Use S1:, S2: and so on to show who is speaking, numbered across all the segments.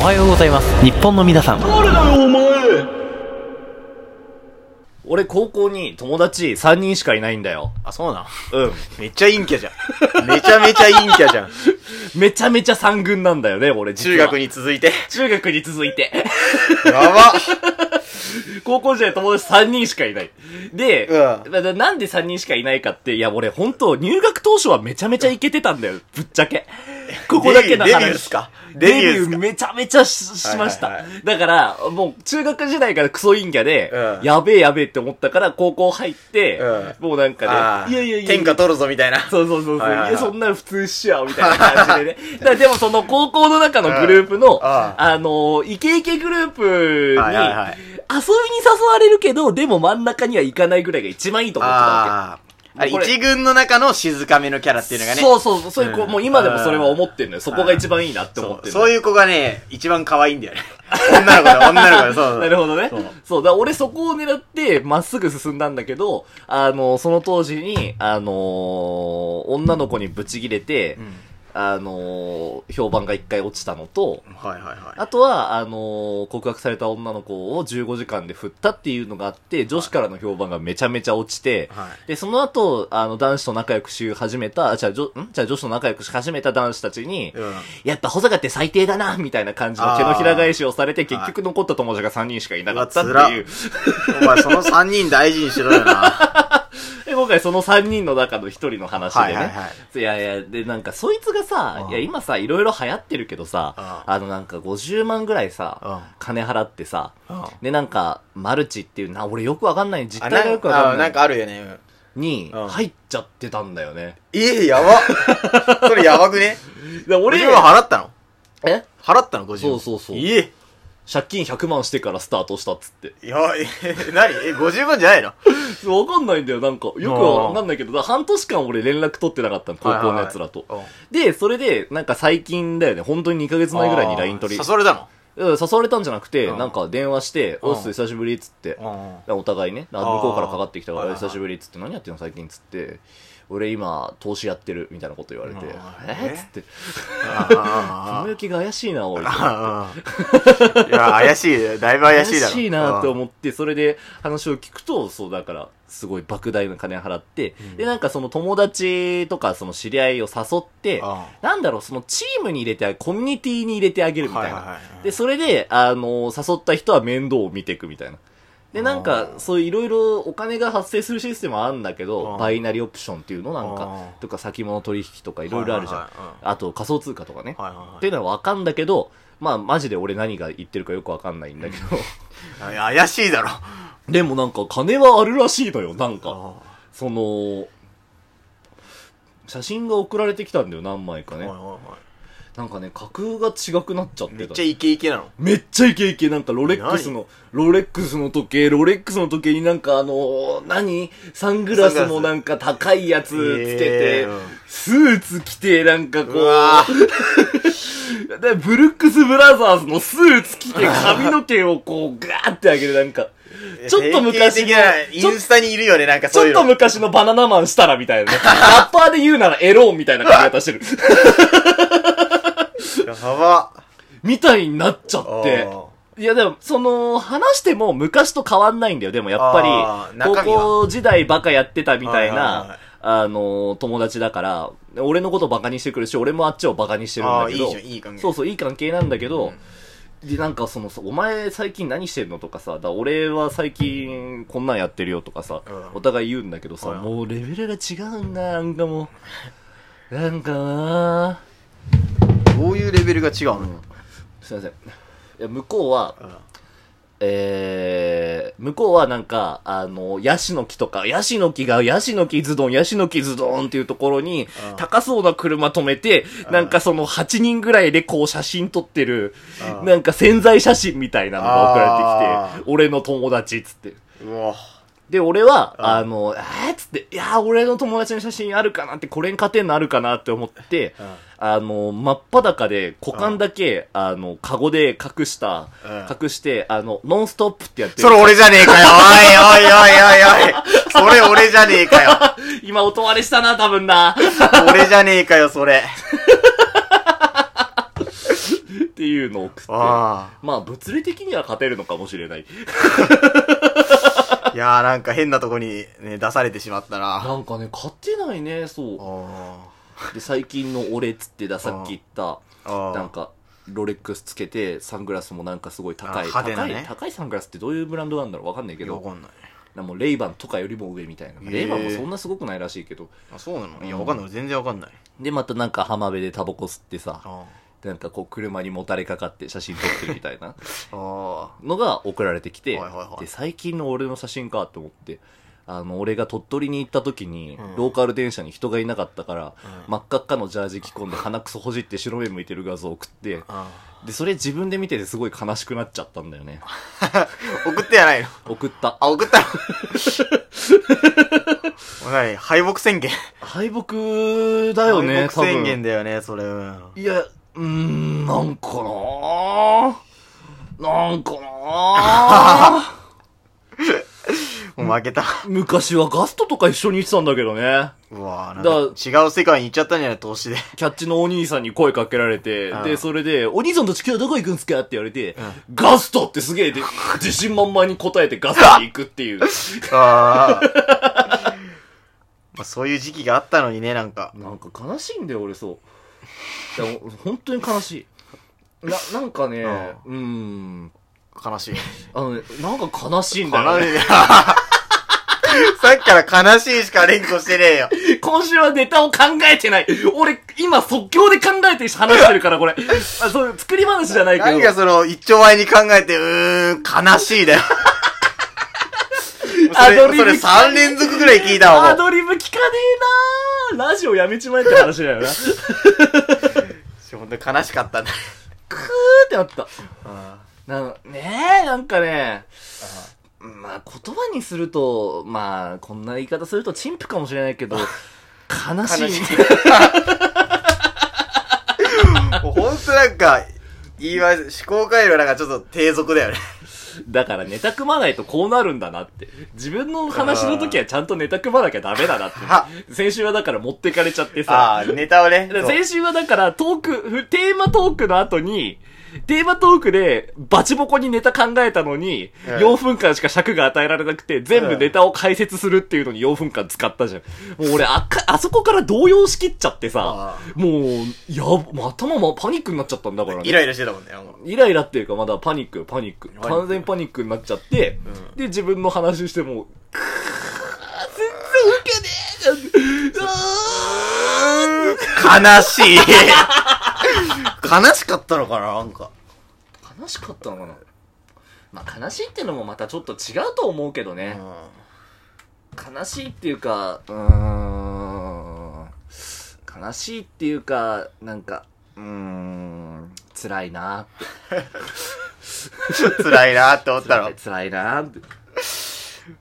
S1: はようございます日本の皆さん
S2: 俺高校に友達3人しかいないんだよ。
S1: あそうなん
S2: うん。
S3: めっちゃ陰キャじゃん。めちゃめちゃ陰キャじ ゃん。
S2: めちゃめちゃ三軍なんだよね、俺実
S3: 中
S2: は。
S3: 学。に続いて。
S2: 中学に続いて。
S3: や ば
S2: 高校時代友達3人しかいない。で、
S3: う
S2: ななんで3人しかいないかって、いや俺本当入学当初はめちゃめちゃイケてたんだよ、ぶっちゃけ。ここだけの
S3: デビュー
S2: 話。
S3: デビューっすか
S2: デ
S3: デビュ
S2: ビ
S3: ーっ
S2: ュ
S3: す
S2: ー
S3: か
S2: めちゃめちゃししました。
S3: はいはいは
S2: だから、もう中学時代からクソ陰キャで、
S3: うん
S2: やべえやべえって思ったから高校入って、
S3: う
S2: もうなんか
S3: あ
S2: ね、い
S3: ー
S2: やいやいや。
S3: 天下取るぞみたいな。
S2: そうそうそうそう、
S3: はいいはいはい
S2: や、そんなの普通っしょみたいな感じでね。 だからでもその高校の中のグループの、
S3: あ
S2: あのーイケイケグループに、
S3: はいはいはい
S2: 遊びに誘われるけど、でも真ん中には行かないぐらいが一番いいと思ってたわ
S3: ああ。あれ、
S2: もうこれ
S3: 一軍の中の静かめのキャラって
S2: け。
S3: いうのがね。
S2: そうそうそう、そういう子、
S3: うん
S2: もう今でもそれは思ってんのよ。そこが一番いいなって思
S3: そ
S2: っ
S3: う。
S2: てんの
S3: そういう子がね、一番可愛いんだよ ね。女の子だ、女の子だ、そうそう。
S2: なるほどね
S3: そう。
S2: そう。だから俺そこを狙って、まっすぐ進んだんだけど、あの、その当時に、あのー女の子にブチギレて、
S3: ん
S2: あのー評判が一回落ちたのと、
S3: はいはいはい。
S2: あとは、あのー告白された女の子を15時間で振ったっていうのがあって、女子からの評判がめちゃめちゃ落ちて、
S3: はい
S2: で、その後、あの、男子と仲良くし始めた、あ、じゃあ、じょんじゃあ女子と仲良くし始めた男子たちに、
S3: うん
S2: やっぱ保坂って最低だな、みたいな感じの毛のひら返しをされて、結局残った友達が3人しかいなかったって
S3: うわ
S2: いう。
S3: お前その三人大事にしろよな。
S2: で今回その3人の中の1人の話でね。、
S3: はいはいはい
S2: やいや、で、なんかそいつがさ、いや今さ、いろいろ流行ってるけどさ、
S3: あ
S2: あのなんか50万ぐらいさ、
S3: うん
S2: 金払ってさ、
S3: うん
S2: で、なんか、マルチっていう、な、俺よくわかんない、実態がよくわ
S3: あ
S2: か
S3: あ
S2: んな
S3: ないん。かあるよね。うん
S2: に、
S3: うん
S2: 入っちゃってたんだよね。
S3: ええ、やば。それやばくね
S2: で俺
S3: 俺は払ったの
S2: え
S3: 払ったの ?50
S2: そうそうそう
S3: いえ。
S2: 借金100万してからスタートしたっつって。
S3: いや、え、なにえ、50万じゃな いの
S2: わかんないんだよ、なんか。よくわかんないけど、だから半年間俺連絡取ってなかったの、高校のやつらと。
S3: はいはいはい
S2: で、それで、なんか最近だよね、本当に2ヶ月前ぐらいに LINE 取り
S3: あ、ー誘われたの
S2: うん誘われたんじゃなくて、
S3: うん
S2: なんか電話して、
S3: うん
S2: おっす、久しぶりっつって。お互いね、あ
S3: あー
S2: 向こうからかかってきたか
S3: はい
S2: ら、
S3: はいはい
S2: 久しぶりっつって、何やってんの最近っつって、俺今、投資やってる、みたいなこと言われて
S3: うん、
S2: え
S3: え
S2: っつって、
S3: あ
S2: 雲
S3: ー
S2: 行きが怪しいな、おい。
S3: あー。いや、怪しい。だいぶ怪しいだろ。
S2: 怪しいなと
S3: うん。
S2: 思って、それで話を聞くと、そうだから、すごい莫大な金払って、で、なんかその友達とか、その知り合いを誘って、
S3: あ
S2: なんだろう、そのチームに入れてあげコミュニティに入れてあげるみたい
S3: はいはい
S2: な
S3: はいは。い
S2: で、それで、あの、誘った人は面倒を見ていくみたいな。で、なんか
S3: あ、ー
S2: そういろいろお金が発生するシステムはあるんだけ
S3: あ
S2: ど、
S3: ー
S2: バイナリーオプションっていうのなんか
S3: あ、ー
S2: とか先物取引とかいろいろあるじゃ
S3: は
S2: ん
S3: いはいはい。
S2: あと仮想通貨とかね。
S3: はいはいはい
S2: っていうのはわかんだけど、まあマジで俺何が言ってるかよくわかんないんだけど、
S3: いや怪しいだろ。
S2: でもなんか金はあるらしいのよ、なんか。
S3: あ
S2: その、写真が送られてきたんだよ、何枚か
S3: ーおい
S2: ね。
S3: おいおい
S2: なんかね、架空が違くなっちゃってた。
S3: めっちゃイケイケなの。
S2: めっちゃイケイケ、なんかロレックスの、ロレックスの時計、ロレックスの時計になんかあのー何サングラスのなんか高いやつつけて、
S3: えー
S2: スーツ着て、なんかこ
S3: うわ
S2: う、 でブルックスブラザーズのスーツ 着て髪の毛をこうガーって上げる、なんか、ちょっと昔
S3: 典型
S2: の
S3: 的な、インスタにいるよね、なんか
S2: ち
S3: そう
S2: ょっ
S3: いうの。
S2: と昔のバナナマンしたらみたいなね。ラッパーで言うならエローみたいな髪型してる。
S3: やば。
S2: みたいになっちゃって
S3: あ。ー
S2: いやでも、その、話しても昔と変わんないんだよ。でもやっぱ
S3: あー
S2: り、
S3: 中身は
S2: 高校時代バカやってたみたい
S3: はいはいは、
S2: ないあの、友達だから、俺のことバカにしてくるし、俺もあっちをバカにしてるんだけど、
S3: あーいいじゃんいい関係
S2: そうそう、いい関係なんだけど、で、なんかそのさ、お前最近何してんのとかさ、だから俺は最近こんなんやってるよとかさ、
S3: うん
S2: お互い言うんだけどさ、
S3: はいはい
S2: もうレベルが違うんだ、なんかもう。なんかなぁ
S3: どういうレベルが違うの、
S2: すいません。いや、向こうは、
S3: うん
S2: えー、向こうはなんか、あの、ヤシの木とか、ヤシの木が、ヤシの木ズドン、ヤシの木ズドンっていうところに、高そうな車止めて、なんかその8人ぐらいでこう写真撮ってる、なんか潜在写真みたいなのが送られてきて、俺の友達っつって。
S3: うわ。
S2: で、俺は、あの、えー、っつって、いやー、俺の友達の写真あるかなって、これに勝てんのあるかなって思って、
S3: うん
S2: あの、真っ裸で、股間だけ、あの、カゴで隠した、
S3: うん
S2: 隠して、あの、ノンストップってやって
S3: そ
S2: る。
S3: れ俺じゃねえかよ。おいおいおいおいおい。それ俺じゃねえかよ。
S2: 今、音割れしたな、 多分な。
S3: 俺じゃねえかよ、そ
S2: っ
S3: れ。
S2: っていうのを送って。
S3: あ
S2: まあ、物理的には勝てるのかもしれない。
S3: あ。いやーなんか変なとこにね、出されてしまったな。あ
S2: なんかね、勝てないね、そ
S3: あ。
S2: う。で、最近の俺っつってだ、さっき言った、
S3: あ
S2: なんか、ロレックスつけて、サングラスもなんかすごい高い。
S3: あ派手なね
S2: 高い、高いサングラスってどういうブランドなんだろうわかんないけ
S3: あ。わ
S2: ど、
S3: かんない。
S2: なんかもうレイバンとかよりも上みたいな。
S3: へえ
S2: レイバンもそんなすごくないらしいけど。
S3: あ、そうなのいや、
S2: うん
S3: わかんない。全然わかんない。
S2: で、またなんか浜辺でタバコ吸ってさ、
S3: あ
S2: なんかこう車にもたれかかって写真撮ってるみたいな
S3: あ。あ
S2: のが送られてきて、
S3: はいはいはい
S2: で、最近の俺の写真かと思って、あの、俺が鳥取に行った時に、
S3: うん
S2: ローカル電車に人がいなかったから、
S3: うん
S2: 真っ赤っかのジャージ着込んで鼻くそほじって白目向いてる画像送 って、
S3: あ。
S2: で、それ自分で見ててすごい悲しくなっちゃったんだよね。
S3: 送ってやないの。
S2: 送 った。
S3: あ、送 ったのおい何敗北宣言。
S2: 敗北だよね、
S3: 敗
S2: 多
S3: 北宣
S2: 分。
S3: 言だよね、それ。うん
S2: いや、うーん、なんかなぁ。なんかなぁ。
S3: もう負けた。
S2: 昔はガストとか一緒に行ってたんだけどね。
S3: うわぁ、なんか違う世界に行っちゃったんじゃない投資で。
S2: キャッチのお兄さんに声かけられて、
S3: うん
S2: で、それで、お兄さんたち今日どこ行くんすかって言われて、ガストってすげえ で、自信満々に答えてガストに行くって いう。
S3: ああ。 まあそういう時期があったのにね、なんか。
S2: なんか悲しいんだよ、俺そう。いや本当に悲しい。な、なんかね、うーん。
S3: 悲 しい。
S2: あのね、なんか悲しいんだよ、
S3: 悲
S2: ね。
S3: しい。さっきから悲しいしか連呼してねえよ。
S2: 今週はネタを考えてない。俺、今即興で考えて話してるから、これ。あ、それ、作り話じゃないけ
S3: 何
S2: ど。
S3: がその、一丁前に考えて、うーん、悲しいだよ。
S2: アド
S3: それ、
S2: リブ
S3: それ3連続ぐらい聞いたわ、
S2: ア
S3: もう。
S2: ドリブ聞かねえなーラジオやめちまえって話だよな。く
S3: 本当に悲しかったね。
S2: ーってなった。
S3: あ
S2: なねえ、なんかね、まあ言葉にすると、まあこんな言い方すると陳腐かもしれない けど、悲
S3: あ
S2: しい。
S3: 悲しい。 もう本当なんか、言い訳、思考回路なんかちょっと低俗だよね。
S2: だからネタ組まないとこうなるんだなって。自分の話の時はちゃんとネタ組まなきゃダメだなって。先週はだから持ってかれちゃってさ。
S3: ああ、ネタをね。
S2: だから先週はだからトーク、ふテーマトークの後に、テーマトークでバチボコにネタ考えたのに、
S3: うん
S2: 4分間しか尺が与えられなくて、全部ネタを解説するっていうのに4分間使ったじゃん。もう俺あか、あそこから動揺しきっちゃってさ
S3: あ、
S2: もう、やば、もう頭もパニックになっちゃったんだから
S3: イ
S2: ね。
S3: ライラしてたもんね。もう
S2: イライラっていうかまだパニック、パニック。
S3: ニック
S2: 完全パニックになっちゃって、
S3: う
S2: で、自分の話しても、くー全然ウケねえうーん
S3: 悲しい。悲しかったのかななんか。
S2: 悲しかったのかなまあ悲しいってのもまたちょっと違うと思うけどね、悲しいっていうかうーん悲しいっていうかなんかうーん辛いなって
S3: 辛いなって思った
S2: 辛
S3: の
S2: い。辛いなって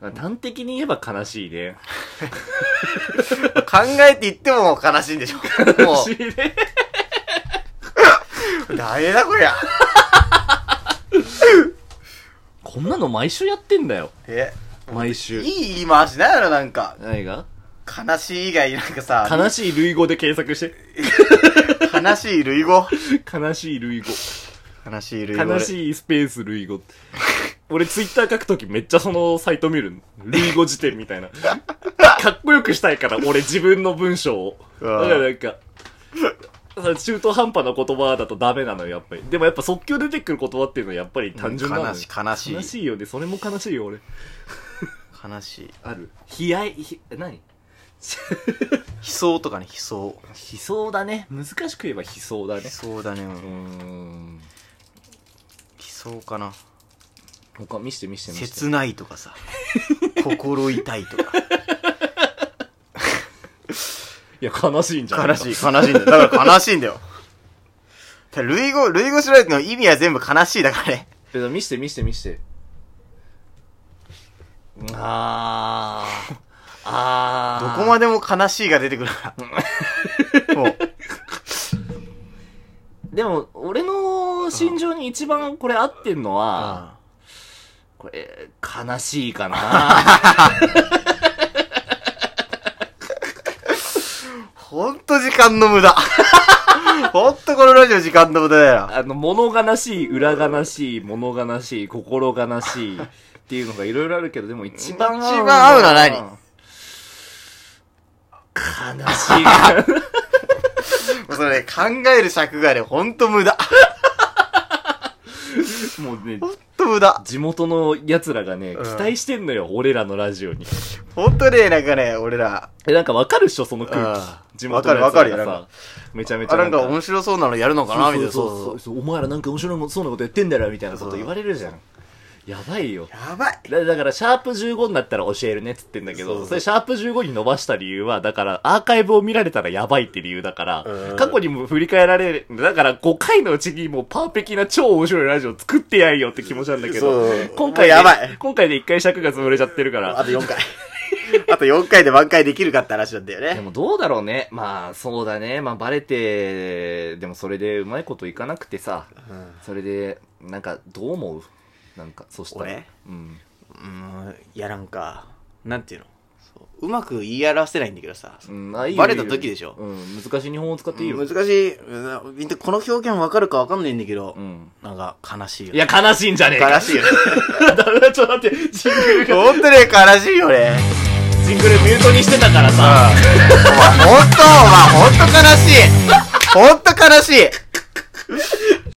S2: まあ端的に言えば悲しいね
S3: 考えていっても悲しいんでしょ。
S2: 悲
S3: も
S2: しいね
S3: う、ダメだこりゃ。
S2: こんなの毎週やってんだよ
S3: え、
S2: 毎
S3: い
S2: 週
S3: い言い回しなんやろなんか。
S2: 何が
S3: 悲しい以外になんかさ、
S2: 悲しい類語で検索して
S3: 悲しい類語。
S2: 悲しい類語
S3: 悲しい類語で。
S2: 悲しいスペース類語 俺ツイッター書くときめっちゃそのサイト見るの類語辞典みたいなかっこよくしたいから俺自分の文章を
S3: う
S2: だ
S3: わ
S2: からなんかさ中途半端な言葉だとダメなのよやっぱりでもやっぱ即興で出てくる言葉っていうのはやっぱり単純なのよ
S3: 悲しい、悲しい。
S2: 悲しいよねそれも悲しいよ俺
S3: 悲しい。
S2: ある悲哀ひ何
S3: 悲壮とかね、悲壮。
S2: 悲壮だね難しく言えば悲壮だね
S3: 悲壮だね。う
S2: うんーん
S3: 悲壮かな。
S2: 他見して見して見して
S3: 切ないとかさ。心痛いとか。
S2: いや悲しいんじゃない
S3: 悲しい、悲しいんだよ。だから悲しいんだよ。ただ類語、類語調べての意味は全部悲しいだからね。
S2: え見して見して見してあ ー
S3: ど
S2: あー
S3: こまでも悲しいが出てくる から。もう、
S2: でも俺の心情に一番これ合ってんのは
S3: あ
S2: これ悲しいか な
S3: ほんと時間の無駄。 ほんとこのラジオ時間の無駄だよな。
S2: あの、物悲しい、裏悲しい、物悲しい、心悲しいっていうのがいろいろあるけど、でも一番合う。
S3: 一番合うのは何
S2: 悲しい。
S3: もうそれ、ね、考える尺がね、ほんと無駄。
S2: もうね、
S3: ほんと無駄。
S2: 地元の奴らがね、
S3: うん
S2: 期待してんのよ、俺らのラジオに。
S3: ほんとね、なんかね、俺ら。
S2: え、なんかわかるっしょ、その空
S3: あー
S2: 気。地元の奴
S3: わからるわか
S2: が
S3: るよなん
S2: さ、めちゃめちゃ
S3: あ、なんか
S2: 面
S3: 面白そうなのやるのかなみたいな。そうそうそう。
S2: そう。お前らなんか面白いそうなことやってんだろ、みたいなこと言われるじゃん。やばいよ。
S3: やばい。
S2: だだから、シャープ15になったら教えるねっつってんだけ
S3: そうそ
S2: ど、
S3: う
S2: それシャープ15に伸ばした理由は、だから、アーカイブを見られたらやばいって理由だから
S3: うん、
S2: 過去にも振り返られる、だから5回のうちにもうパーフェキな超面白いラジオ作ってやいよって気持ちなんだけど
S3: そう、
S2: 今回で
S3: もうやばい
S2: 今回で1回尺が潰れちゃってるから
S3: あ。と4回。あと4回で挽回できるかって話なんだよ
S2: で
S3: ね。
S2: もどうだろうね。まあ、そうだね。まあ、バレて、でもそれでうまいこといかなくてさ、
S3: うん
S2: それで、なんか、どう思うなんか、そしたら
S3: 俺。
S2: うん。
S3: うん、いやなんか、なんていうのそううまく言い表せないんだけどさ。
S2: うん、あいいよ
S3: バレた時でしょ
S2: うん、難しい日本を使っていいよ。
S3: 難しい。うんみんなこの表現わかるかわかんないんだけど、
S2: うん。
S3: なんか悲しいよ。
S2: いや、悲しいんじゃねえか。
S3: 悲しいよね。
S2: だめだ、 ちょっと待って、ジングルが、
S3: ほんとね、悲しいよね。
S2: ジングルミュートにしてたから
S3: お前ほんと、お前
S2: さ。
S3: ほんと悲しい。ほんと悲しい。